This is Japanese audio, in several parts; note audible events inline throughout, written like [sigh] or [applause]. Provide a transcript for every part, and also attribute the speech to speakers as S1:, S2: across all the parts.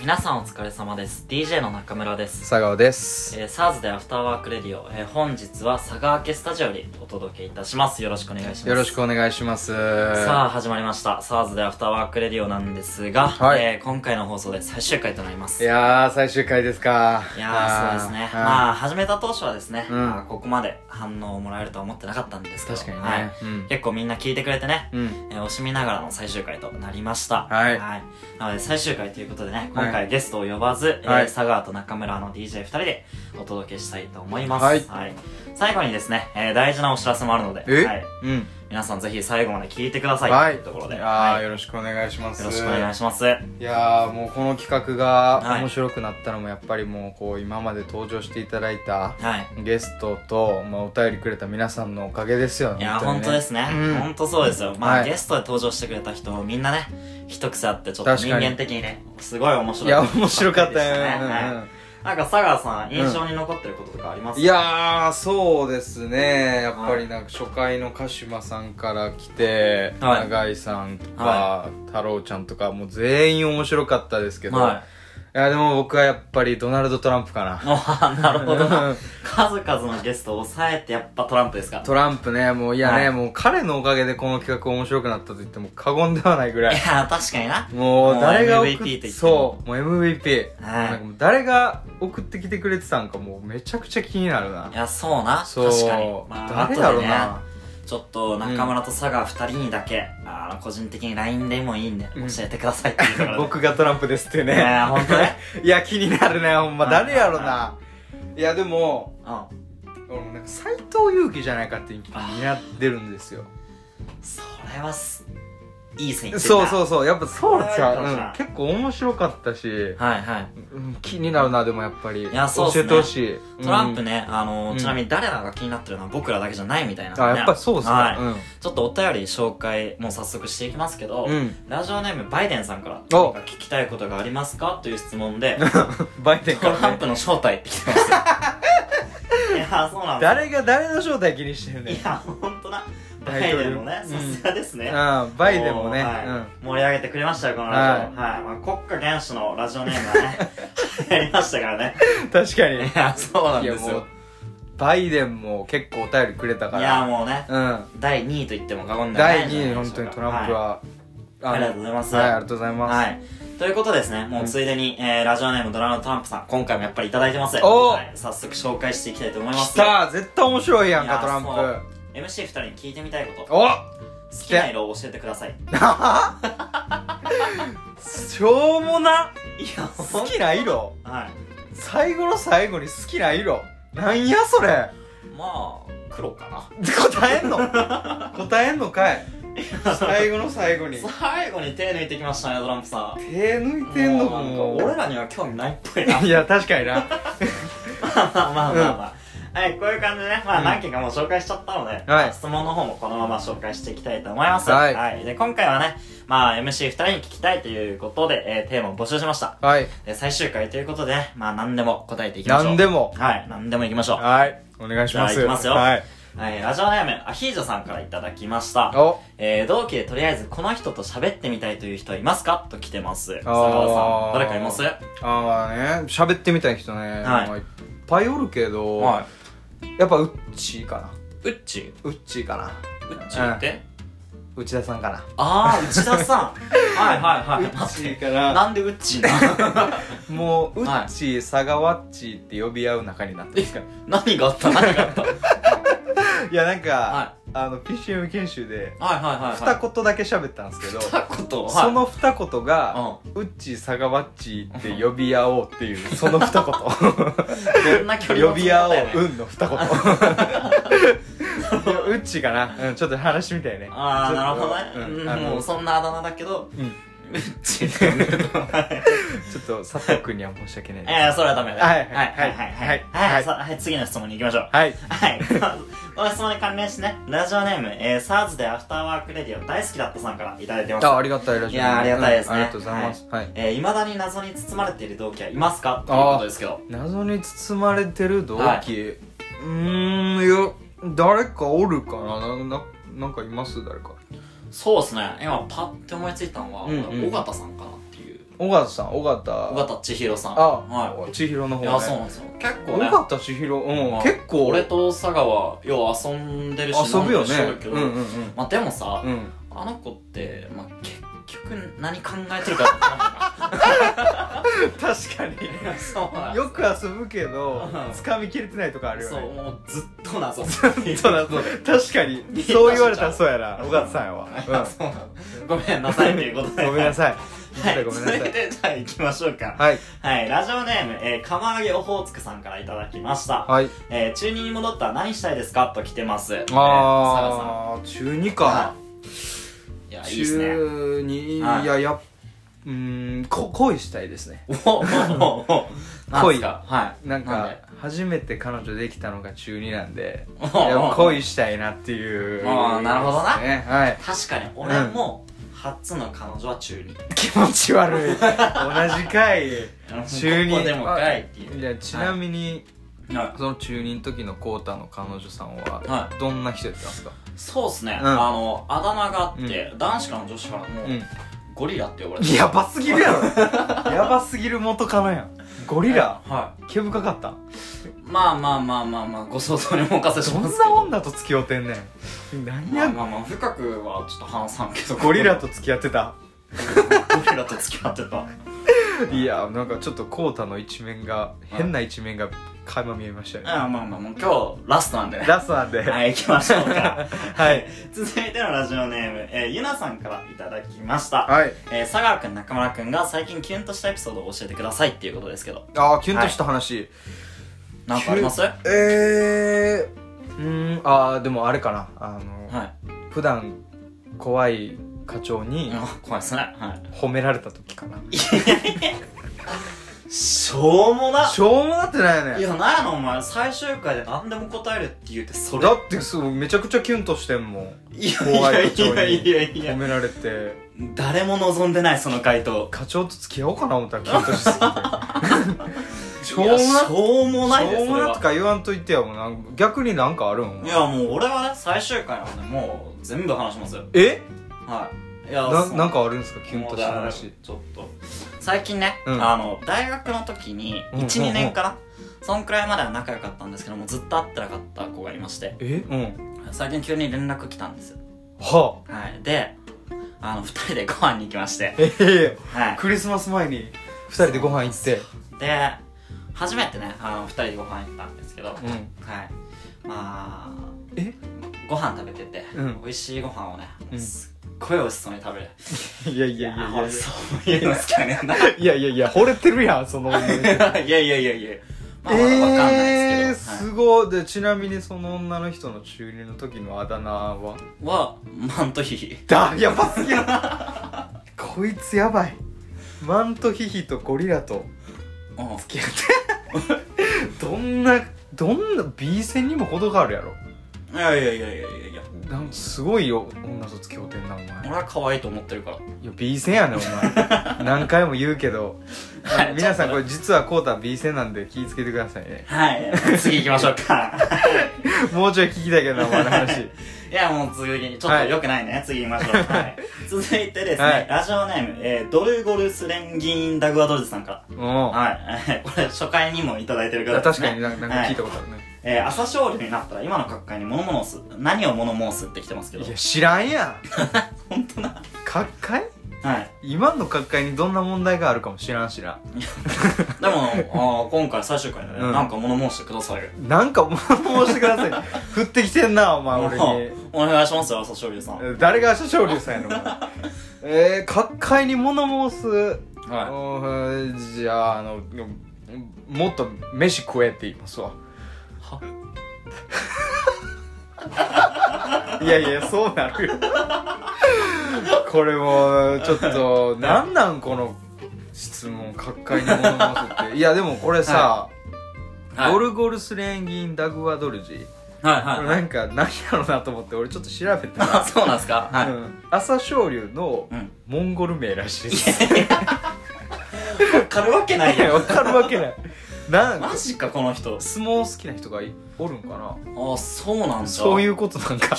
S1: 皆さんお疲れ様です DJ の中村です、
S2: 佐川です
S1: えー、SARS でアフターワークレディオ、えー本日は佐川家スタジオよりお届けいたしますよろしくお願いします
S2: よろしくお願いします
S1: さあ始まりました SARS でアフターワークレディオなんですが、
S2: はい
S1: えー今回の放送で最終回となります
S2: いやー最終回ですか
S1: いやーそうですね
S2: はい
S1: まあ始めた当初はですね、
S2: うん
S1: あーここまで反応をもらえるとは思ってなかったんですけど
S2: 確かにね、
S1: はい、
S2: うん
S1: 結構みんな聞いてくれてね
S2: うん
S1: えー惜しみながらの最終回となりました。
S2: はい
S1: なので最終回ということでね、
S2: はい
S1: 今回ゲストを呼ばず、えー
S2: はい
S1: 佐川と中村の DJ2 人でお届けしたいと思います。
S2: はい
S1: 最後にですね、えー大事なお知らせもあるので、
S2: え
S1: はい
S2: うん
S1: 皆さんぜひ最後まで聞いてください。
S2: はい
S1: というところで、
S2: いや
S1: は
S2: ー
S1: い
S2: よろしくお願いします
S1: よろしくお願いします。
S2: いやーもうこの企画が
S1: はい
S2: 面白くなったのもやっぱりもうこう今まで登場していただいた
S1: はい。
S2: ゲストと、まあ、お便りくれた皆さんのおかげですよ
S1: い
S2: ね
S1: やー本当
S2: ね
S1: ですね。
S2: うん
S1: 本当そうですよ。まあ、
S2: はい
S1: ゲストで登場してくれた人みんなね、一癖あってちょっと
S2: 確
S1: 人
S2: かに
S1: 間的にね、すごい面白
S2: い
S1: い。
S2: や面白かった
S1: でし
S2: よ、
S1: ねはい
S2: うん
S1: なんか佐川さん、印象に残ってることとかありますか
S2: いやーそうですねやっぱりなんか初回の鹿島さんから来て、
S1: はい
S2: 永井さんとか、
S1: は
S2: 太郎ちゃんとかもう全員面白かったですけど、、
S1: はい [laughs]
S2: やでも僕はやっぱりドナルド・トランプかな
S1: ああ、なるほどな
S2: うん。
S1: 数々のゲストを抑えてやっぱトランプですか。
S2: トランプねもういやね、
S1: はい
S2: もう彼のおかげでこの企画面白くなったと言っても過言ではないぐら
S1: い
S2: い
S1: や、確かにな。
S2: もう
S1: もう
S2: 誰が送
S1: MVP と言っても
S2: そうもう MVP、
S1: はい
S2: なんかもう誰が送ってきてくれてたんかもうめちゃくちゃ気になるない
S1: や、そうな。
S2: そう
S1: 確かに。まあ、
S2: 誰だ
S1: 後
S2: ろう
S1: でね、
S2: な、
S1: ちょっと中村と佐賀二人にだけ、あの、個人的に LINE でもいいんで、
S2: うん
S1: 教えてくださいって言うから、ね。
S2: 僕がトランプですってね
S1: ねえ、ほんとね。
S2: [laughs] いや気になるねほんま
S1: うん
S2: 誰やろないやでも
S1: うん。
S2: 俺もなんか斎藤佑樹じゃないかって気になってるんですよ
S1: それはす、いい線いってる
S2: そう
S1: う。
S2: そうそうやっぱそうち
S1: それはいいかもしれないう
S2: ゃ、うん、結構面白かったし、
S1: はいはい。
S2: うん、気になるなでもやっぱり
S1: やそうっす
S2: 教え
S1: ね
S2: てほしい
S1: トランプ
S2: ね、
S1: ね、あの、
S2: うん
S1: ちなみに誰らが気になってるのは僕らだけじゃないみたいなん
S2: あ
S1: でね、
S2: やっぱりそうっすね、
S1: はい
S2: うん
S1: ちょっとお便り紹介、もう早速していきますけど、
S2: うん
S1: ラジオネームバイデンさんから何
S2: お
S1: か聞きたいことがありますかという質問で
S2: バイデン
S1: ト
S2: から、
S1: ラ
S2: ね
S1: ン、プの正体って来てました
S2: [laughs]
S1: よいやーそうなんだ
S2: 誰が誰の正体気にしてるね
S1: いやほんとなバイデンもね
S2: 大
S1: さ
S2: 統領
S1: すがですね、
S2: うんバイデンもね
S1: おーはい
S2: うん
S1: 盛り上げてくれましたよこのラジオはい、まあ、国家元首のラジオネームがね
S2: [laughs]
S1: やりましたからね
S2: 確かに
S1: いやそうなん
S2: いや
S1: です
S2: もう
S1: よ
S2: バイデンも結構お便りくれた
S1: いや
S2: から
S1: もうね
S2: うん
S1: 第2位と言っても過言ではな
S2: 第
S1: いんじゃ
S2: 2位
S1: ないで
S2: 本
S1: し
S2: 当
S1: ょう
S2: に
S1: か
S2: トランプ
S1: はい
S2: は、
S1: ありがとうございます
S2: はいありがとうございます、
S1: はい。ということでですね、もうついでに、えー、ラジオネームドナルド・トランプさん、今回もやっぱりいただいてます。
S2: おー
S1: はい、早速紹介していきたいと思いま
S2: 来
S1: す。
S2: た絶対面白いやん
S1: いや
S2: かトランプ
S1: そう MC2 人に聞いてみたいこと。好
S2: お
S1: きな色を教えてください。い
S2: しょうもな
S1: や、
S2: 好きな色
S1: はい。
S2: 最後の最後に好きな色なんやそれ
S1: まあ、黒かな。
S2: 答えんの答えんのかい最後の最後
S1: [laughs]
S2: に
S1: 最後に手抜いてきましたね、トランプさん。
S2: [laughs] 手抜いてんのか
S1: もうな
S2: も
S1: んか俺らには興味ないっぽいな。
S2: いや確かにな
S1: まあまあまあまあまあ。はい、こういう感じでね、まあ
S2: うん
S1: 何件かもう紹介しちゃったので、
S2: はい
S1: 質問の方もこのまま紹介していきたいと思います。
S2: はい
S1: で、今回はね、まあ MC2 人に聞きたいということで、えーテーマを募集しました。
S2: はい
S1: で、最終回ということで、まあ何でも答えていきましょう。
S2: 何でも
S1: はい、何でもいきましょう。
S2: はいお願いします
S1: じゃあ行きますよ
S2: はい
S1: はい、ラジオネーム、アヒージョさんからいただきました。
S2: お
S1: えー、同期でとりあえずこの人と喋ってみたいという人いますかと来てます。佐
S2: ー
S1: 川さん、誰かいますは
S2: ああね喋ってみたい人ね、
S1: はい
S2: まあいっぱいおるけど、やっぱウッチーかな
S1: うっち
S2: ウッチーかな
S1: うっちって、
S2: 内田さんかな
S1: あー、内田
S2: [laughs]
S1: さん。はいはいはい。
S2: ウッチーか
S1: な
S2: ら
S1: なんでうっちな [laughs]
S2: もうウ
S1: はい
S2: ッチー、佐川っちーって呼び合う仲になってますから
S1: 何があった何があったはい
S2: いやなんか、
S1: は
S2: あの PCM 研修で
S1: はいはい、はい。
S2: 二言だけ喋ったんですけど、
S1: 二言はい、
S2: その二言が、
S1: う
S2: ウッチー、佐川っちーって呼び合おうっていうその二
S1: ん。どんな距離
S2: 言呼び合おう
S1: う。
S2: 運の
S1: [laughs]
S2: 二言ウッチーかな、うん、ちょっと話してみたいね
S1: あー、なるほどね。
S2: う
S1: うんん
S2: あの
S1: もうそんなあだ名だけど、
S2: うん
S1: うっちって呼んで
S2: [laughs]
S1: ると思う。
S2: ちょっと佐藤君には申し訳ないです
S1: えー、それはダメだ。
S2: はい
S1: はいはいはいはい。はい、
S2: はい
S1: さはい、次の質問に行きましょう。
S2: はい
S1: はい。 [laughs] この質問に関連してね、ラジオネーム、えー、SARS でアフターワークレディオ大好きだったさんからいただいてます。
S2: あありがたいラジオ
S1: いやーありがたいですね
S2: うんありがとうございますはい、
S1: えー、未だに謎に包まれている同期はいますかということですけど。
S2: 謎に包まれてる同期、
S1: はいう
S2: ーんいや誰かおるかななななんかいます誰か
S1: そうですね。今、パッて思いついたのは、
S2: うんうん
S1: 尾形さんかなっていう。
S2: 尾形さん尾形
S1: 尾形千尋さん
S2: あ、
S1: は
S2: 千尋の
S1: い
S2: 方
S1: い
S2: ね
S1: やそうなんですよ結構
S2: 尾
S1: ね
S2: 形千尋うん、
S1: まあ
S2: 結構
S1: 俺と佐賀はよう遊んでるし
S2: 遊ぶよ
S1: なん
S2: ね
S1: かしとるけ
S2: う
S1: ど
S2: んうん
S1: まあでもさ、
S2: うんうん
S1: あの子って、まあ、結局何考えてる
S2: [laughs]
S1: か
S2: 確かに
S1: 分からんそうなん
S2: よく遊ぶけど
S1: うん
S2: 掴みきれてないとかあるよ
S1: そう
S2: ね
S1: もうずっと謎
S2: そ
S1: [laughs]
S2: うだそう確かにそう言われたらそうやな
S1: うん
S2: 尾形さんやわ、
S1: そうなのごめんなさいということで
S2: ごめんなさい
S1: は
S2: ご
S1: い、
S2: めん
S1: そ
S2: なさい
S1: れでじゃあ行きましょうか。
S2: はい
S1: はい、ラジオネーム、えー、釜揚げオホーツクさんからいただきました。
S2: はい
S1: えー、中2に戻ったら何したいですかと来てます。えー、佐賀
S2: ああ中2
S1: さん。
S2: か
S1: はい。いや、いいですね。
S2: 中2
S1: はい
S2: いややっうーんこ恋したいですね
S1: おおおおおなんすかはい。
S2: なん
S1: な
S2: か初めて彼女できたのが中2なんで
S1: ん
S2: い
S1: でおお
S2: や
S1: お
S2: 恋したいなっていう
S1: あーなるほどな
S2: ねはい [laughs]
S1: 確かに、俺も、初の彼女は中2。
S2: 気持ち悪
S1: [laughs]
S2: い同じ回中二
S1: ここでもかいっていう。
S2: いやちなみに、
S1: に。は。
S2: その中2の時のコータの彼女さんはい
S1: はい
S2: どんな人やったんですか
S1: そうっすね。
S2: うん
S1: あの、あだ名があって、男子からも女子からも、
S2: う
S1: ゴリラって呼ばれて
S2: んやばすぎるや
S1: [laughs]
S2: ろやばすぎる元カノやんゴリラ
S1: はい。
S2: 毛深かった
S1: まあまあまあまあまあご想像にお任せし
S2: そん
S1: ますけ
S2: な
S1: ど
S2: 女と付き合うてんねん何
S1: ま
S2: や
S1: あまあまあ深くはちょっと話さんけど
S2: ゴリラと付き合ってた
S1: ゴリラと付き合ってた
S2: いやなんかちょっとコータの一面が変な一面が垣間見えました
S1: ま
S2: ね
S1: あまあまあもう今日ラストなんでね
S2: ラストなんで
S1: はい行きましょうか
S2: はい
S1: 続いてのラジオネーム、えー、ゆなさんからいただきました、
S2: はい
S1: えー、佐川くん中村くんが最近キュンとしたエピソードを教えてくださいっていうことですけど
S2: ああキュンとした話、
S1: なんかありますは
S2: えー、うーんああでもあれかなあの、
S1: い
S2: 普段怖い課長に
S1: あ怖いっすねは
S2: 褒められた時かない
S1: しょうもな
S2: しょうもなってないよ
S1: い
S2: ね
S1: やなんやのお前最終回で何でも答えるって言うてそれ
S2: だってそうめちゃくちゃキュンとしてんもん
S1: い
S2: 怖
S1: や
S2: い
S1: い
S2: 課長
S1: やい
S2: に
S1: やいやいや
S2: 褒められて
S1: 誰も望んでないその回答
S2: 課長と付き合おうかな思ったらキュンとしすぎてしょうも
S1: いや
S2: な
S1: しょうもない
S2: し
S1: で
S2: ょう
S1: す
S2: も
S1: それ
S2: なと
S1: は
S2: か言わんといてよもうなんか逆になんかあるんお
S1: い
S2: 前
S1: やもう俺はね最終回なんでもう全部話しますよ
S2: え
S1: はいいや
S2: な
S1: そう
S2: なんかあるんですかキュン
S1: も
S2: と
S1: う
S2: した
S1: だ
S2: 話
S1: ちょっと最近ね、
S2: うん
S1: あの大学の時に
S2: うん
S1: 12、
S2: うん
S1: 年かなそんくらいまでは仲良かったんですけどもずっと会ってなかった子がいまして
S2: えうん
S1: 最近急に連絡来たんですよ
S2: は
S1: はいであの2人でご飯に行きまして
S2: あええ
S1: はい
S2: クリスマス前に二人でご飯行って
S1: で初めてねあの2人でご飯行ったんですけど、は
S2: う
S1: い
S2: ん
S1: まあ
S2: え
S1: ご飯食べてて、
S2: うん
S1: 美味しいご飯をね、
S2: うん
S1: すっごい美味しそうに食べる
S2: [laughs] いやいやいやい
S1: あ
S2: や
S1: ーそういうの好きやねんない
S2: いやいやいや、惚れてるやん、その女の [laughs] 人。
S1: や [laughs] いやいやいやまあまだわかんないですけど、
S2: すごい。で、ちなみにその女の人の中二の時のあだ名は
S1: はい、はマントヒヒ
S2: だ、やばすぎる [laughs] こいつやばい。マントヒヒとゴリラと
S1: うん
S2: 付き合って。どんな、どんな B 線にも程があるやろ。
S1: いやいやいやいやいやいや
S2: なんかすごいよ、女と付き合うてんな、お前。い
S1: 俺は可愛いと思ってるから
S2: や、B 線やね、お [laughs] 前。何回も言うけど。あの皆さん、これ実はコータ B 線なんで気ぃつけてくださいね。
S1: はい次行きましょう
S2: [laughs]
S1: か
S2: もうちょい聞きたいけどな、お前の話。 [laughs]
S1: いやもう次にちょっと良くないね、次行きましょう、はい、続いてですね、
S2: はい
S1: ラジオネーム、えードルゴルスレンギンダグアドルズさんから
S2: うん。
S1: はい。 [laughs] これ、初回にもいただいてる
S2: い
S1: か
S2: や
S1: ら、
S2: 確かになんかなんか
S1: は
S2: 聞い
S1: い
S2: たことあるね、
S1: えー、朝青龍になったら今の各界に物申す。何を物申すって来てますけど。
S2: い、や知らん [laughs] やん
S1: ほんとな。
S2: 各界
S1: はい。
S2: 今の各界にどんな問題があるかも知らんしな
S1: でも、あー今回最終回でね、
S2: うん
S1: なんか物申してくださいよ。
S2: なんか物申してくだ [laughs] さい振ってきてんなお前俺に
S1: お願いしますよ、朝青龍さん。はい。
S2: 誰が社長流さんやのお前 [laughs] えー、各界に物申す、
S1: あ
S2: おーじゃああのもっと飯食えって言いますわ
S1: は
S2: いやいやそうなるよ [laughs] これもちょっとなんなんこの質問各界に物申 [laughs] すっていやでもこれ
S1: は
S2: さ、
S1: い
S2: ゴルゴルスレンギンダグアドルジ、
S1: はいは。
S2: ないんか何やろうなと思って俺ちょっと調べた
S1: あ、
S2: ら、
S1: [laughs] そうなんですかは
S2: う
S1: い。
S2: ん、朝青龍の
S1: うん。
S2: モンゴル名らしいです
S1: わかるわけない
S2: いや [laughs]
S1: よ。
S2: わかるわけないなん
S1: マジかこの人
S2: 相撲好きな人がいおるんか
S1: あそうなんだ
S2: なそういううことなんか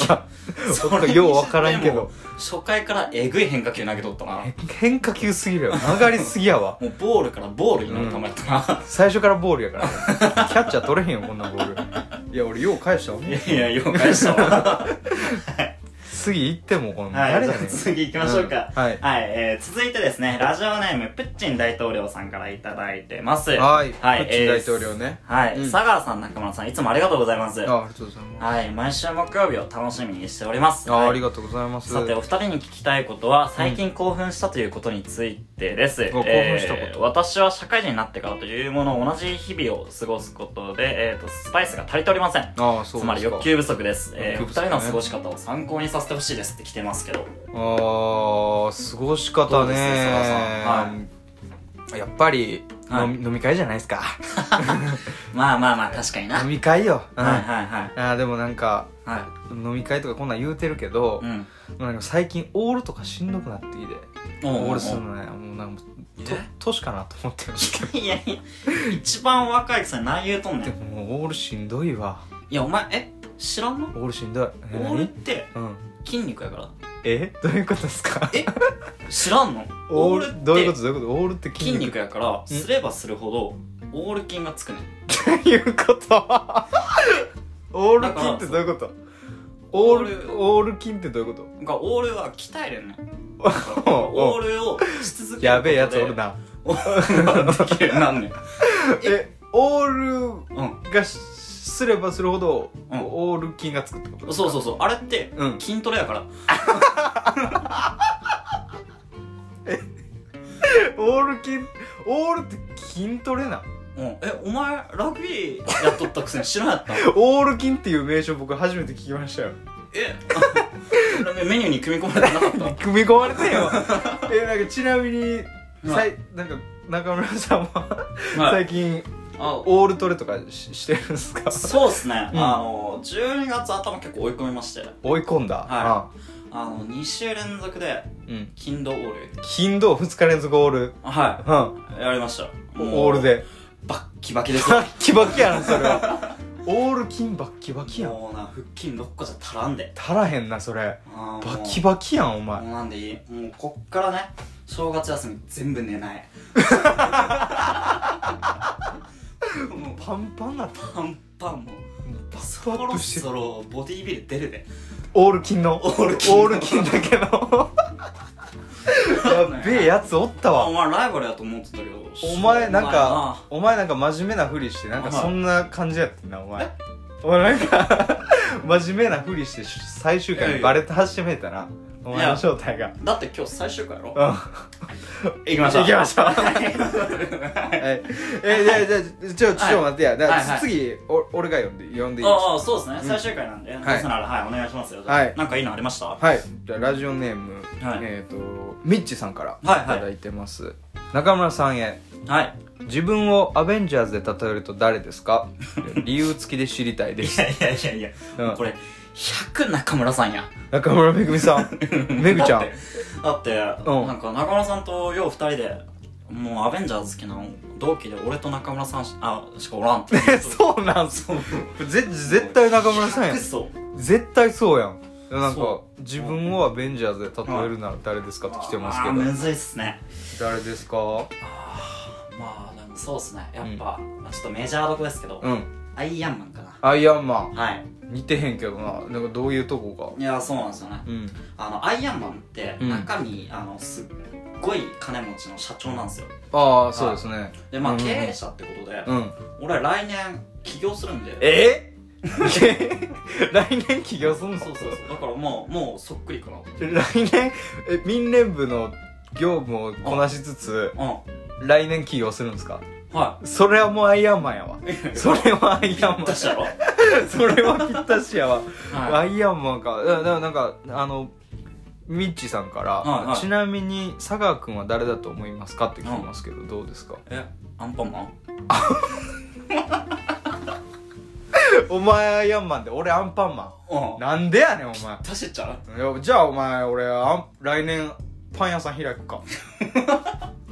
S1: そ
S2: なようわからんけど
S1: 初回からえぐい変化球投げとったなも
S2: 変化球すぎるよ曲がりすぎやわ
S1: うボールからボールになる球やったな、
S2: 最初からボールやからキャッチャー取れへんよこんなボールいや俺よう返したわ
S1: [laughs] いやいやよう返したわ
S2: [laughs] 次行ってもこの
S1: はい
S2: 誰
S1: じゃ
S2: だ
S1: あ
S2: ねん
S1: 次行きましょうか、
S2: うんはい
S1: はい、えー、続いてですねラジオネームプッチン大統領さんからいただいてます
S2: はいプ
S1: はい
S2: ッチン大統領ね
S1: えーはい、
S2: うん
S1: 佐川さん中村さんいつもありがとうございます
S2: あありがとうございま
S1: はい毎週木曜日を楽しみにしております
S2: すあ
S1: はい
S2: ありがとうございます
S1: さてお二人に聞きたいことは最近興奮したということについてです、
S2: 興奮したこと
S1: えー私は社会人になってからというもの同じ日々を過ごすことで、えー、とスパイスが足りておりません
S2: ああそうですか
S1: つまり欲求不足です、えーお
S2: 欲
S1: 二
S2: 求不足
S1: 人
S2: ね
S1: の過ごし方を参考にさせてほしいですって来てますけど
S2: あー過ごし方
S1: どう
S2: ね
S1: です佐賀さ
S2: やっぱり、
S1: はい
S2: 飲み飲み会じゃないですか
S1: まあまあまあ確かになは
S2: [laughs] 飲
S1: い
S2: み会よ、うん
S1: はいはい
S2: あーでもなんか
S1: は
S2: 飲み会とかこんなん言うてるけど
S1: い、うん
S2: なんか最近オールとかしんどくなってきて
S1: おうおうおう
S2: オールするのねもうなんかと
S1: え
S2: 年かなと思ってるんですけ
S1: [laughs]
S2: ど
S1: いやいや一番若いくせに何言うとんねん
S2: で
S1: い
S2: ももうオールしんどいわ
S1: やお前え知らんの
S2: オールしんどい
S1: オールって
S2: 何うん
S1: 筋肉やから
S2: えどういうことで
S1: [laughs]
S2: すか
S1: え知らんの
S2: オールどういう
S1: って
S2: ことどういうことオールって筋
S1: 筋
S2: 肉
S1: 肉やからすればするほどオール筋がつくねん
S2: って [laughs] いうこと
S1: [laughs]
S2: オール筋ってどういうことオー
S1: オー
S2: ル
S1: ル
S2: オール筋ってどういうこ
S1: だからオールは鍛えれんねん
S2: と
S1: オー
S2: ル
S1: ルをし続けることで
S2: やべえやつおるな
S1: オールができるようになんねん
S2: えオー
S1: うん
S2: ルがしすればするほど、
S1: うん
S2: オール筋がつくってこと
S1: そうそうそうあれって
S2: うん
S1: 筋トレやから
S2: オール筋オールって筋トレな
S1: うんえお前ラグビーやっとったくせに知らんやったん
S2: オール筋っていう名称僕初めて聞きましたよ
S1: え [laughs] あ俺メニューに組み込まれてなかった
S2: 組み込まれてんよえなんかちなみに、
S1: は
S2: さ
S1: い
S2: いなんか中村さんは
S1: はい
S2: [laughs] 最近
S1: あ
S2: オールトレとかししてるんですか
S1: そうっすね、
S2: うん
S1: あの12月頭結構追い込みまして
S2: 追い込んだ、
S1: はあの2週連続で
S2: い、うん
S1: 筋道オール
S2: 頻度2日連続オール、
S1: は
S2: うん、
S1: いやりましたもう
S2: オールで
S1: バッキバキ
S2: [laughs]
S1: です
S2: バッキバキやなそれ [laughs] はオール金バッキバキやん
S1: もうな腹筋6個じゃ足らんで
S2: 足らへんなそれ
S1: バ
S2: バキバキやんお前
S1: もうなんでいいもうこっからね正月休み全部寝ないもう
S2: パンパンなった
S1: パンパンもう
S2: パス
S1: そ
S2: ワッ
S1: ろ
S2: プして
S1: そろボディービル出るで
S2: オール金の
S1: オール金の
S2: オール金だけど [laughs] やっべえやつおった
S1: お
S2: わ
S1: 前ライバルやと思ってたけど
S2: お前なん
S1: しょうがいな
S2: かお前なんか真面目なふりしてなんか
S1: はい
S2: そんな感じやってんなお前お前なんか [laughs] 真面目なふりして最終回にバレて始めたなお前の正体が
S1: だって今日最終回やろ
S2: うん
S1: 行き
S2: 行きまし [laughs] ょう
S1: はい
S2: え、え、じゃあ、じゃあ、ちょ、ちょっと待ってや。だ
S1: はいはい
S2: 次、お俺が読んで、読んでい
S1: [laughs]
S2: いです
S1: ああそうですね最終回なんで
S2: い
S1: どうせならはいお願いしますよじゃあ
S2: はい
S1: なんかいいのありましたは
S2: かはい。じゃあ、ラジオネーム、
S1: はい
S2: えっと、ミッチさんからい
S1: はいはい
S2: ただいてます。中村さんへ。
S1: い
S2: 自分をアベンジャーズで例えると誰で
S1: [laughs]
S2: すか理由付きで知りたいで
S1: い
S2: す。
S1: やいやいやいや
S2: うん
S1: これ100中村さんや
S2: 中村めぐみさ
S1: [laughs]
S2: ん。めぐちゃん。
S1: だってだって、
S2: うん
S1: なんか中村さんとよう二人でもうアベンジャーズ好きな同期で俺と中村さんしあしかおらんって
S2: えそうなんす
S1: そう
S2: ぜ [laughs] 絶対中村さんやん
S1: 100。そう
S2: 絶対そうやん。なんか
S1: そ、
S2: 自分をアベンジャーズで例えるなら誰ですかって来てますけ
S1: あー
S2: ど。
S1: むずいっすね
S2: 誰ですか
S1: まあでもそうっすねやっぱ、まあ、ちょっとメジャーどこですけど、
S2: うん。
S1: アイアンマンかな
S2: アイアンマン。
S1: はい
S2: 似てへんけどななんかどういうとこ
S1: いやそうなんですよね
S2: かうん
S1: あのアイアンマンって
S2: うん
S1: 中身、あのすっごい金持ちの社長なんですよ
S2: ああそうですね
S1: でまあ
S2: うんうん
S1: 経
S2: うん
S1: 営者ってことで、
S2: うん
S1: 俺来年起業するんで
S2: え [laughs] 来年起業すんの
S1: そうそうそうだからもうもうそっくりかなと
S2: 来年え民連部の業務をこなしつつ
S1: う
S2: 来年起業するんですか
S1: んは
S2: それはもうアイアンマンや
S1: [laughs]
S2: わ
S1: い
S2: それはアイアンマン
S1: 出したろ
S2: それはぴったしやわ
S1: は
S2: アイアンマンかだからなんかあのミッチさんから、
S1: はいはい
S2: ちなみに佐川君は誰だと思いますかって聞きますけど、どうですか [laughs]
S1: えアンパンマン
S2: お前アイアンマンで俺アンパンマン
S1: うん
S2: なんでやねんお前
S1: 出してっちゃう
S2: いやじゃ [laughs] あお前俺あん来年パン屋さん開くか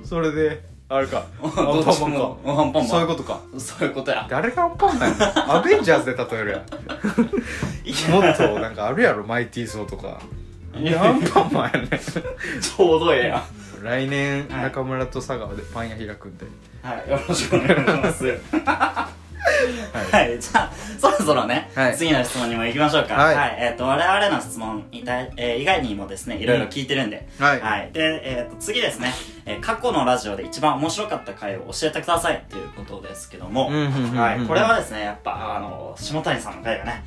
S2: それであ [laughs] れか
S3: どっちもアンパンマン
S2: そういうことか
S3: そういうことや
S2: 誰がアンパンマンやアベンジャーズで例えるやんもっとなんかあるやろマイティーソーとかいやアンパンマンや [laughs] ね
S3: ちょうどええや
S2: 来年
S1: はい
S2: 中村と佐川でパン屋開くんで
S3: はいよろしくお願いします
S2: はい
S1: はい、じゃあそろそろね、
S2: はい
S1: 次の質問にも行きましょうか、
S2: はい
S1: えー、と我々の質問いた、えー以外にもですねいろいろ聞いてるんで、
S2: はい
S1: で、えー、と次ですね、えー過去のラジオで一番面白かった回を教えてくださいということですけども、
S2: うんうんうんうん
S1: はい、これはですねやっぱあの下谷さんの回がね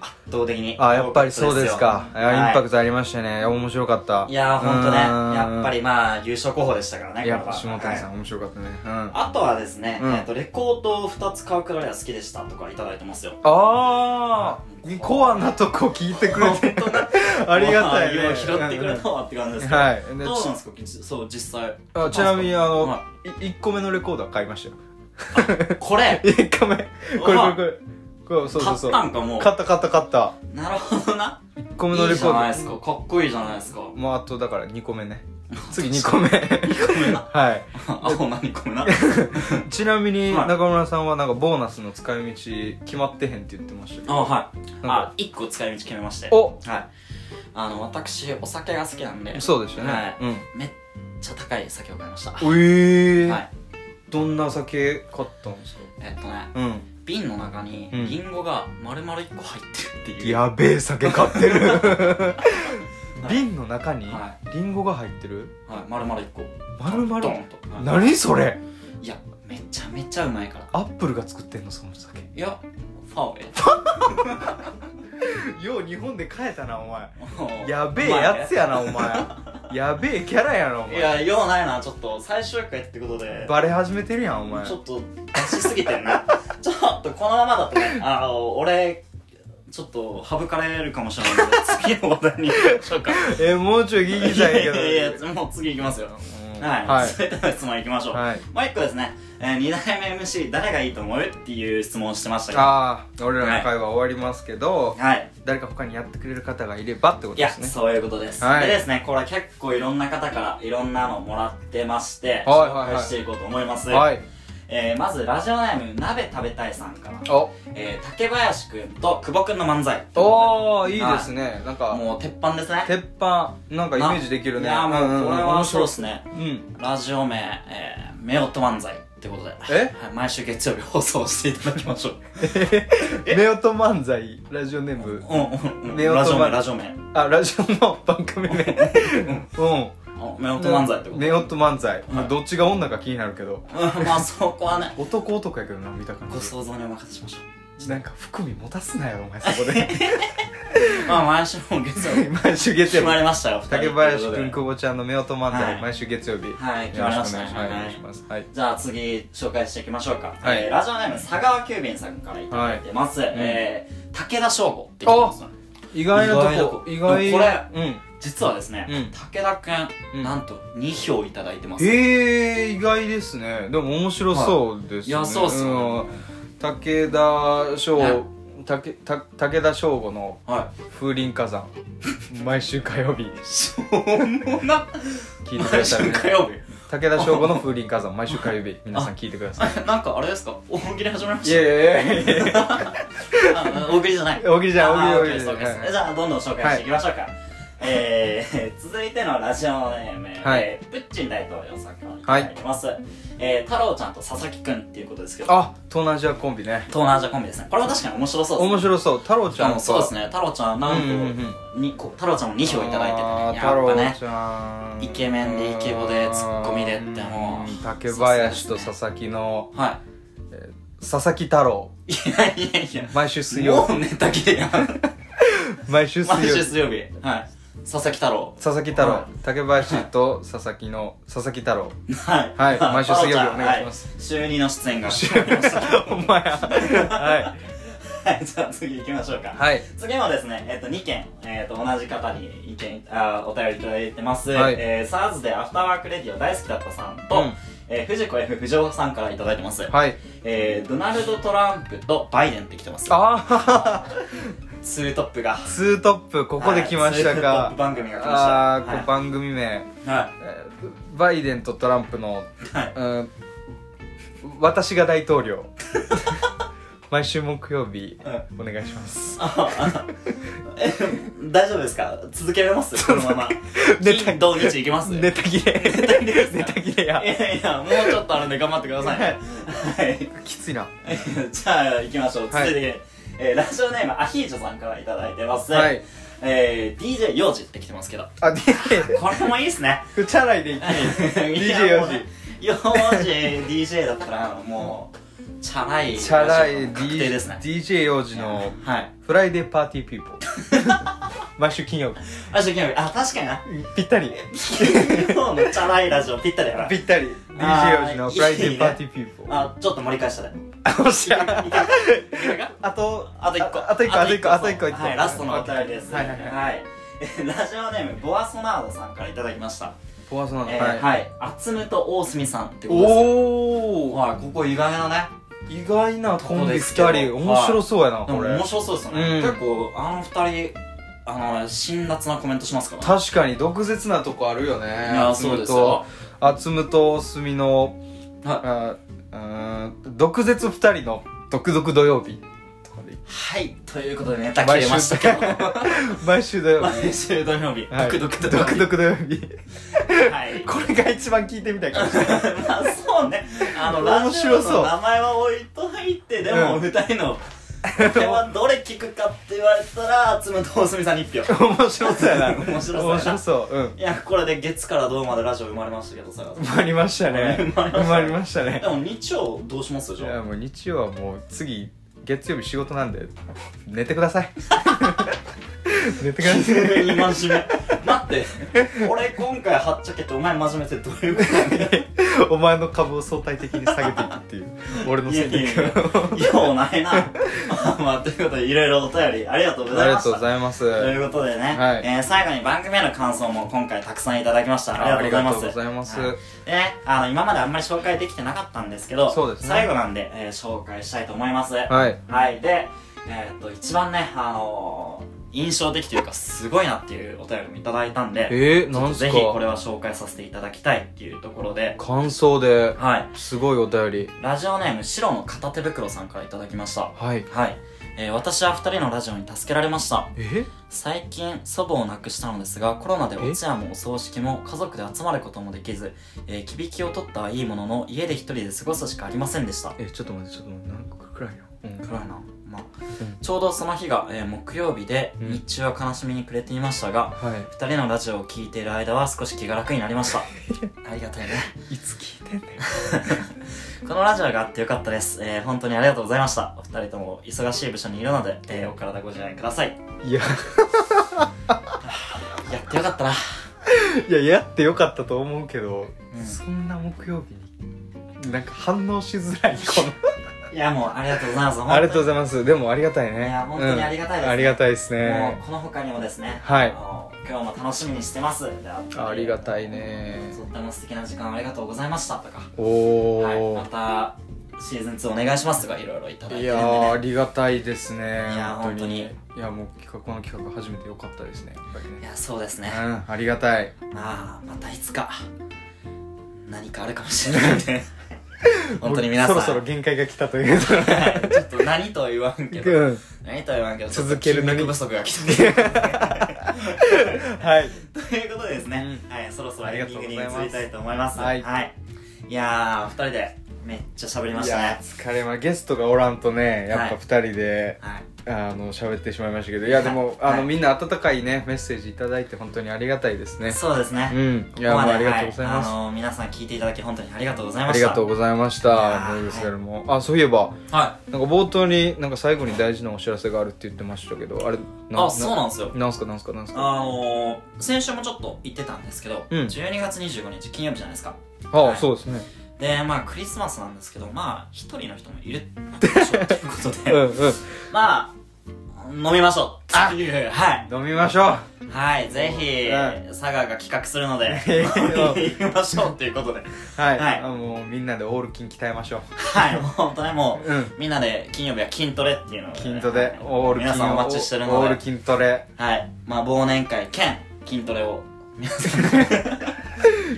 S1: 圧倒的に
S2: あやっぱりそうですか
S1: 多ったです
S2: い
S1: よ
S2: やインパ
S1: は
S2: クトありましたねいや面白かった
S1: い、いやーほんとね
S2: うーん
S1: やっぱりまあ優勝候補でしたからね
S2: やっ
S1: これ
S2: ぱ
S1: は
S2: 下谷さ
S1: はい
S2: ん面白かったねうん
S1: あとはですね、
S2: うん
S1: えー、とレコードを2つ買うくらいは好きでしたとかいただいてますよ
S2: あーコアなとこ聞いてく
S1: [laughs]
S2: れてありがたい
S1: まあ
S2: ね
S1: 拾ってくれたわって感じですけど、
S2: はいで
S1: どうなん
S2: ち
S1: ですかじそう実際
S2: あちなみにあの
S1: はい
S2: 1個目のレコーダー買いましたよ [laughs]
S1: これ
S2: 1個目これこれこれこれそうそう
S1: 買っ
S2: そう
S1: たんかも
S2: 買った買った買った
S1: うなるほどな
S2: 1個
S1: い
S2: 目のレ
S1: いじ
S2: コ
S1: ゃ
S2: ー
S1: ない
S2: ダ
S1: です
S2: ー
S1: かかっこいいじゃないですか
S2: もうあとだから2個目
S1: [laughs]
S2: ね次2個目はい
S1: あほ何これ
S2: [laughs]
S1: な
S2: ちなみに
S1: はい
S2: 中村さんはなんかボーナスの使い道決まってへんって言ってましたけ
S1: あ
S2: ど
S1: はい
S2: なん
S1: あ
S2: か
S1: 一個使い道決めまして
S2: お
S1: はいあの私お酒が好きなんで
S2: そうでした
S1: は
S2: ね
S1: い
S2: うん
S1: めっちゃ高い酒を買いましたは
S2: ええ
S1: い
S2: どんな酒買ったんですか
S1: えっとね
S2: うん
S1: 瓶の中に
S2: うん
S1: リンゴが丸々1個入ってるっていう
S2: やべえ酒買ってる [laughs] 瓶の中に
S1: は
S2: リンゴが入ってる
S1: はい丸々1個
S2: 丸々
S1: ドンとはい
S2: 何それ
S1: いやめちゃめちゃうまいから
S2: アップルが作ってんのその酒
S1: いやファーウェイ
S2: よう日本で買えたなお前
S1: もう
S2: [laughs] やべえやつやなお前やべえキャラやなお
S1: い
S2: 前
S1: や用ないなちょっと最終回ってことで
S2: バレ始めてるやんお前
S1: ちょっと出しすぎてん
S2: [laughs]
S1: なちょっとこのままだとねあの俺ちょっと省かれるかもしれないので次の話題に行きましょうか
S2: えもうちょいギギさんやけど
S1: いやいやいやもう次行きますよ
S2: うん
S1: はい、
S2: はい
S1: 続いての質問行きましょう、
S2: はい
S1: もう一個ですね、えー、2代目 MC 誰がいいと思うっていう質問をしてましたけどは
S2: ああ俺らの会は終わりますけど
S1: い
S2: 誰か他にやってくれる方がいればってこと
S1: い
S2: で
S1: や、
S2: すね
S1: そういうことです、
S2: はい
S1: でですねこれ結構いろんな方からいろんなのもらってまして、
S2: はいはいはい
S1: 紹介していこうと思います、
S2: はい
S1: えーまずラジオネーム鍋食べたいさんから、
S2: お
S1: えー竹林くんと久保くんの漫才
S2: おーいいですねなん
S1: はい
S2: か
S1: もう鉄板ですね
S2: 鉄板なんかイメージできるね
S1: いやもうこれはそう
S2: い
S1: ですね
S2: [laughs] うん
S1: ラジオ名えー夫婦漫才ってことで
S2: え
S1: はい毎週月曜日放送していただきましょう
S2: [laughs] 夫婦漫才ラジオネーム
S1: うんうんうん
S2: 夫婦漫
S1: ラジオ名ラジオ名
S2: あラジオの番組名うん
S1: 夫婦漫才ってこと
S2: 夫婦漫才
S1: はい
S2: どっちが女か気になるけど
S1: うんまあそこはね
S2: 男男やけどな見た感
S1: ご
S2: じ
S1: 想像にお任せしましょ
S2: なんか含み持たすなよお前そこで [laughs]
S1: うまあ毎週も月曜日
S2: 毎週月
S1: 決
S2: 曜
S1: まり
S2: 日
S1: ま [laughs] したよ二人
S2: 竹林
S1: と
S2: く
S1: いうんことで
S2: 久保ちゃんの夫婦漫
S1: は
S2: 才
S1: い
S2: 毎週月曜日
S1: はい決
S2: よ
S1: ま
S2: ろ
S1: り
S2: し
S1: ま
S2: く
S1: し
S2: お
S1: た
S2: 願
S1: は
S2: いしますはいお願い
S1: い
S2: しますはい
S1: じゃあ次紹介していきましょうか、
S2: はい
S1: えーラジオネーム佐川急便さんからいただいてます、えー武田翔吾って言ってます
S2: 意外
S1: 意外
S2: な
S1: な
S2: と
S1: とこ
S2: こ意外
S1: でもこ
S2: うん
S1: 実はですね、
S2: うん
S1: 武田くん、
S2: うん
S1: なんと2票いただいてます
S2: ええ意外ですねでも面白そうです
S1: い
S2: ね
S1: やそうっすよね
S2: うん武田翔
S1: ね
S2: 武た武田翔吾の
S1: は
S2: 風林
S1: [laughs]
S2: 火山毎週火曜日
S1: いしょうも [laughs] な
S2: 聞いてください
S1: 毎週
S2: ね
S1: 火
S2: [laughs]
S1: 曜日
S2: 武田翔吾の風林火山毎週火曜日皆さん聞いてく
S1: [laughs]
S2: ださい
S1: あなんかあれですか大喜利始まりま
S2: い
S1: し
S2: やいやいやいや
S1: たあ大喜利じゃない
S2: 大喜利じゃん
S1: あーそう
S2: 大喜利大喜利
S1: ですそうです
S2: はい
S1: じゃあどんどん紹介していきましょうか、えー [laughs] 続いてのラジオネーム、
S2: はい
S1: えープッチン大統領さんからいただいてます、えー太郎ちゃんと佐々木くんっていうことですけど
S2: あ東南アジアコンビね
S1: 東南アジアコンビですねこれは確かに面白そうですね
S2: 面白そう太郎ちゃん
S1: あ
S2: と
S1: そうですね太郎ちゃんなんと、
S2: うんうん
S1: にこ太郎ちゃんも2票いただいてて、やっぱ
S2: あー
S1: ね
S2: 太郎ちゃん
S1: イケメンでイケボでツッコミでってもう
S2: うん竹林と佐々木の
S1: は
S2: 佐々木太郎
S1: いいやいやいや
S2: 毎週水曜
S1: もうネタ切れやん
S2: 毎週水
S1: 毎
S2: 曜
S1: 週水曜日はい佐々木太郎
S2: 佐々木太郎、
S1: はい
S2: 竹林と佐々太郎の佐々木
S1: [laughs]
S2: 太郎
S1: はい
S2: はい
S1: まあ
S2: 毎週水曜日
S1: 太郎ちゃん
S2: お願いします
S1: は週2の出演が
S2: [laughs] お前は
S1: [laughs] はいじゃあ次行きましょうか
S2: いはい
S1: 次もですね、えっと2件、えっと同じ方に意見あーお便りいただいてます、
S2: はい
S1: えー、SARS でアフターワークレディオ大好きだったさんと、
S2: うん
S1: えー藤子 F 不二雄さんからいただいてます、
S2: はい
S1: えー、ドナルド・トランプとバイデンって来てます
S2: ああ
S1: ツートップが
S2: ツートップここで来ました
S1: はいツートッ
S2: か
S1: プ番組が来ました
S2: あーこう番組名
S1: は
S2: えーバイデンとトランプの
S1: いはい [laughs]
S2: うん私が大統領毎週木曜日お願いします
S1: あえ大丈夫ですか [laughs] 続けられますこのまま
S2: ネタ
S1: 金土日いきます
S2: ネタ切れ
S1: ネタ切れですか
S2: ネタ切れや
S1: いやいやもうちょっとあるんで頑張ってくださいねはい
S2: きついな
S1: [laughs] じゃあ行きましょう
S2: はい
S1: 続いて、えーラジオネームアヒージョさんから頂いただいてます、
S2: はい
S1: えー、DJ 幼児って来てますけど
S2: あ DJ
S1: これもいいっす
S2: [laughs]
S1: ね
S2: チャラいで一気に DJ 幼児
S1: 幼児 DJ だったらもうチャラい
S2: チャラい
S1: 確定ですね
S2: DJ 幼児の
S1: はい
S2: フライデーパーティーピ
S1: [laughs]
S2: ーポー毎週金曜日
S1: あ金曜日あ確かにな [laughs]
S2: ぴったり
S1: 金曜のチャラいラジオぴったりやな
S2: ぴったり DJ 幼児のフライデーパーティーピーポー
S1: あちょっと盛り返
S2: [laughs]
S1: したで
S2: おっしゃ
S1: いけるいけるか
S2: あと
S1: あと一個
S2: あと一個あと一個あと一個
S1: はいラストのお便りです
S2: はいはいはい
S1: はいえラジオネームボアソナードさんからいただきました
S2: ポワソナ
S1: え
S2: の
S1: ー
S2: はい
S1: はいあつむと大隅さんってことですよ
S2: おお
S1: はいここ意外なね
S2: 意外なコンビ二人
S1: はい
S2: 面白そうやな
S1: でも
S2: これ
S1: 面白そうですよね
S2: うん
S1: 結構あの二人あの辛辣なコメントしますからね
S2: 確かに毒舌なとこあるよね
S1: いや
S2: あつ
S1: そう
S2: む
S1: ですよ
S2: とあつむとすみの
S1: は
S2: あうーん毒舌二人の毒々土曜日とかで
S1: はいということでネタ切れましたけど
S2: [laughs] 毎週土曜日
S1: [laughs] 毎週土曜日
S2: はい
S1: 独特と
S2: 毒々土曜日
S1: はい [laughs]
S2: これが一番聞いてみたいかもしれない
S1: まあそうねあのラ
S2: 面
S1: ジオ
S2: 白そう
S1: の名前は置いといてでも
S2: うん
S1: 二人のこれはどれ聞くかって言われたらつむとおすみさんに一票
S2: 面白そうやな
S1: 面白そうやな
S2: 面白そううん
S1: いやこれで月からどうまでラジオ生まれましたけどさ
S2: 埋まりましたね埋まりましたね
S1: でも日曜どうしますじ
S2: い
S1: ゃ
S2: やもう日曜はもう次月曜日仕事なんで寝てくだ [laughs] さい寝てくだ
S1: 急
S2: さい
S1: に真面目待って俺今回はっちゃけてお前真面目ってどういうことなんだよ
S2: お前の株を相対的に下げていくっていう俺の
S1: いや
S2: 戦
S1: いやい
S2: 略
S1: やようないなまあまあということでいろいろお便りありがとうご
S2: あ
S1: ざ
S2: り
S1: いま
S2: が
S1: し
S2: とう
S1: た
S2: ございます
S1: ということでね、
S2: はい
S1: えー最後に番組への感想も今回たくさんいただきましたありがとうございます
S2: ありがとうございます
S1: はでねあの今まであんまり紹介できてなかったんですけど
S2: そうですね
S1: 最後なんで、えー紹介したいと思いますは
S2: はい
S1: い、でえーっと一番ねあのー印象的というかすごいなっていうお便りもいただいたんで
S2: えー、
S1: ちょっ
S2: な
S1: と
S2: んす
S1: ぜ
S2: か
S1: ひこれは紹介させていただきたいっていうところで
S2: 感想で
S1: はい
S2: すごいお便り
S1: ラジオネーム白の片手袋さんからいただきました
S2: はい
S1: はい、えー私は2人のラジオに助けられました
S2: え
S1: 最近祖母を亡くしたのですがコロナでお通夜もお葬式も家族で集まることもできず、えー、気引きを取ったはいいものの家で一人で過ごすしかありませんでした
S2: えちょっと待ってちょっと待ってなんか暗いよ、うん
S1: 暗いな、まあ
S2: うん
S1: ちょうどその日が、えー木曜日で
S2: うん
S1: 日中は悲しみに暮れていましたが、
S2: は
S1: 2人のラジオを聴いている間は少し気が楽になり
S2: [laughs]
S1: ましたありがたいね
S2: いいつ聞いてんね
S1: このラジオがあってよかったです、えー本当にありがとうございましたお二人とも忙しい部署にいるので、えーお体ご自愛ください
S2: んいや
S1: やってよかったない
S2: ややってよかったと思うけど、
S1: うん
S2: そんな木曜日になんか反応しづらいこの
S1: いやもうありがとうございます本当に
S2: ありがとうございます。でもありがたいね。
S1: いや本当にありがたいですね
S2: うんありがたいです
S1: も
S2: ね
S1: う。この他にもですね、
S2: はい
S1: あの今日も楽しみにしてますであった
S2: ありがたいね
S1: とっても素敵な時間ありがとうございましたとか、
S2: お
S1: はい、
S2: お、
S1: またシーズン2お願いしますとかいろいろいただい
S2: い
S1: てるん
S2: や
S1: で、
S2: ーあ
S1: ね、
S2: りがたいですね。
S1: いや本
S2: いやもう企画この企画初めて良かったですね。やっぱり
S1: い
S2: ね。
S1: やそうですね
S2: うんありがたい。
S1: まあまたいつか何かあるかもしれないん
S2: [laughs]
S1: で本当に皆さん
S2: もうそろそろ限界が来たということで。
S1: [laughs] はいちょっと何とは言わんけど
S2: うん
S1: 何とは言わんけど
S2: 続けるのに
S1: ちょっと筋肉不足が来たね
S2: はい。
S1: ということでですね、
S2: う
S1: はい、そろそろ
S2: あり
S1: エ
S2: が
S1: ンデ
S2: と
S1: ィ
S2: う
S1: ン
S2: ご
S1: グに移
S2: ざいます
S1: りたいと思います
S2: はい
S1: はい、いやー二人でめっちゃ喋りま
S2: い
S1: した
S2: や
S1: ね
S2: 疲れまゲストがおらんとねやっぱ二人で、
S1: はい
S2: あの喋ってしまいましたけどいやでも、
S1: はい
S2: あの
S1: はい
S2: みんな温かいねメッセージいただいて本当にありがたいですね。
S1: そうですね。
S2: うん
S1: ここまで
S2: いやもうありがとうございます
S1: はあのー皆さん聞いていただき本当にありがとうござい
S2: あ
S1: ま
S2: り
S1: した。
S2: がとうございまし
S1: いや
S2: た。
S1: ー
S2: そうですけれども、あ、そういえば、
S1: は
S2: なんか冒頭に、なんか最後に大事なお知らせがあるって言ってましたけど、あれ、
S1: い。あ、そうなんですよ。
S2: なんすかなんすかなんすか。
S1: あのー、先週もちょっと言ってたんですけど、
S2: うん
S1: 12月25日金曜日じゃないですか。
S2: あ、
S1: はい
S2: そうですね。
S1: [laughs] で、まあクリスマスなんですけど、まあ一人の人もいるでしょうということ
S2: うん
S1: で、まあ、飲みましょう。あはい。
S2: うん。飲みましょう。
S1: はい、ぜひ、
S2: は
S1: 佐賀が企画するので、
S2: [laughs] えー
S1: 行きましょうということで。
S2: はい、
S1: はい
S2: あもうみんなでオール筋鍛えましょ
S1: はい、もう本当にも
S2: ううん
S1: う、みんなで金曜日は筋トレっていうのをね、
S2: 筋トレオ
S1: は
S2: ー
S1: い
S2: ル筋
S1: 皆さんお待ちしてる
S2: オ
S1: の
S2: ー
S1: で
S2: ル、筋トレ
S1: はい、まあ忘年会兼筋トレ
S2: [laughs]
S1: を、皆さん、や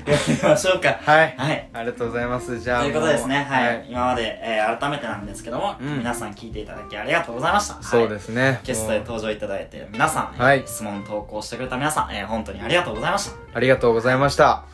S1: りましょうか。
S2: はい
S1: はい。
S2: ありがとうございますじゃあ
S1: ということですね、
S2: もう
S1: はい、今まで、えー改めてなんですけども、
S2: うん
S1: 皆さん聞いていただきありがとうございました。
S2: そう
S1: はい
S2: ですね
S1: ゲストで登場いただいて皆さん、
S2: はい
S1: 質問投稿してくれた皆さん、えー本当にありがとうございました。
S2: ありがとうございました